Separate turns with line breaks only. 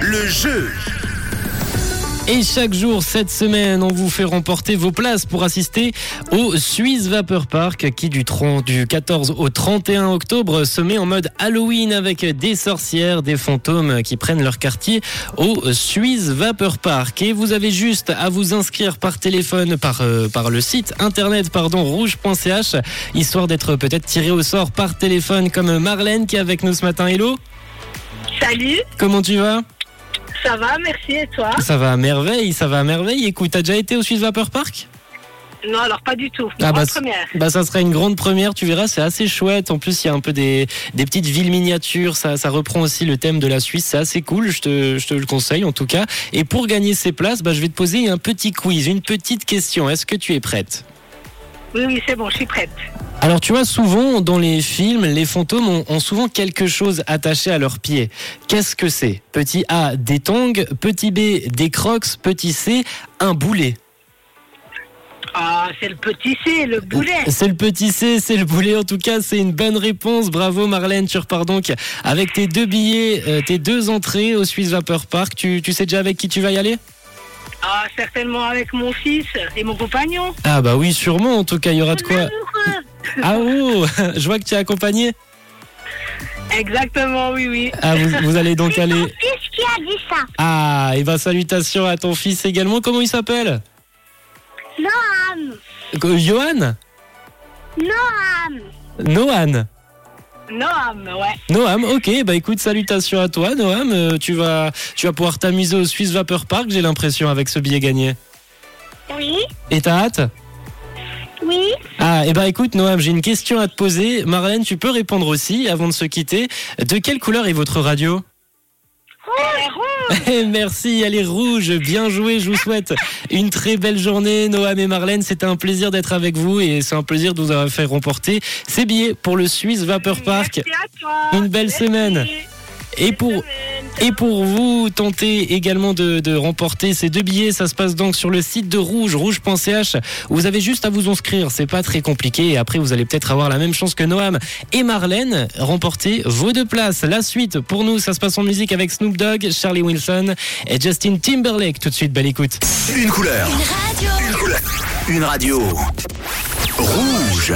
Le jeu.
Et chaque jour, cette semaine, on vous fait remporter vos places pour assister au Suisse Vapeur Park qui du, 30 du 14 au 31 octobre se met en mode Halloween avec des sorcières, des fantômes qui prennent leur quartier au Suisse Vapeur Park. Et vous avez juste à vous inscrire par téléphone, par, euh, par le site internet, pardon, rouge.ch, histoire d'être peut-être tiré au sort par téléphone comme Marlène qui est avec nous ce matin. Hello,
Salut,
comment tu vas
ça va, merci et toi
Ça va à merveille, ça va à merveille. Écoute, t'as déjà été au Suisse Vapeur Park
Non, alors pas du tout.
Ah,
En
bah,
première.
Bah ça serait une grande première, tu verras, c'est assez chouette. En plus, il y a un peu des, des petites villes miniatures, ça, ça reprend aussi le thème de la Suisse, c'est assez cool, je te, je te le conseille en tout cas. Et pour gagner ces places, bah, je vais te poser un petit quiz, une petite question. Est-ce que tu es prête
Oui, oui, c'est bon, je suis prête.
alors tu vois souvent dans les films, les fantômes ont, ont souvent quelque chose attaché à leurs pieds. Qu'est-ce que c'est Petit A, des tongs, petit B, des crocs, petit C, un boulet.
Ah, c'est le petit C, le boulet.
C'est le petit C, c'est le boulet. En tout cas, c'est une bonne réponse. Bravo Marlène, tu repars donc avec tes deux billets, euh, tes deux entrées au Swiss Vapeur Park. Tu, tu sais déjà avec qui tu vas y aller euh.
Ah, certainement avec mon fils et mon compagnon.
Ah bah oui, sûrement. En tout cas, il y aura de quoi. Ah oh, je vois que tu es accompagné.
Exactement, oui, oui.
Ah, vous, vous allez donc aller.
Fils qui a dit ça
Ah, et ben salutations à ton fils également. Comment il s'appelle
Noam,
Euh, Johan
Noam,
Noan
Noam, ouais.
Noam, ok, bah écoute, salutations à toi Noam, Euh, tu, vas, tu vas pouvoir t'amuser au Swiss Vapeur Park, j'ai l'impression, avec ce billet gagné.
oui,
Et t'as hâte
oui,
Ah, et bah écoute, Noam, j'ai une question à te poser. Marlène, tu peux répondre aussi avant de se quitter. De quelle couleur est votre radio
Elle est ronde.
Eh, Merci, elle est rouge. Bien joué, je vous souhaite une très belle journée. Noam et Marlène, c'était un plaisir d'être avec vous et c'est un plaisir de vous avoir fait remporter ces billets pour le Suisse Vapeur Park.
Merci à toi.
Une belle semaine. Et pour. Et pour vous tenter également de, de remporter ces deux billets, ça se passe donc sur le site de Rouge, rouge.ch. Vous avez juste à vous inscrire, c'est pas très compliqué. Et après, vous allez peut-être avoir la même chance que Noam et Marlène, remporter vos deux places. La suite, pour nous, ça se passe en musique avec Snoop Dogg, Charlie Wilson et Justin Timberlake. Tout de suite, belle écoute.
Une couleur. Une radio. Une radio. Rouge.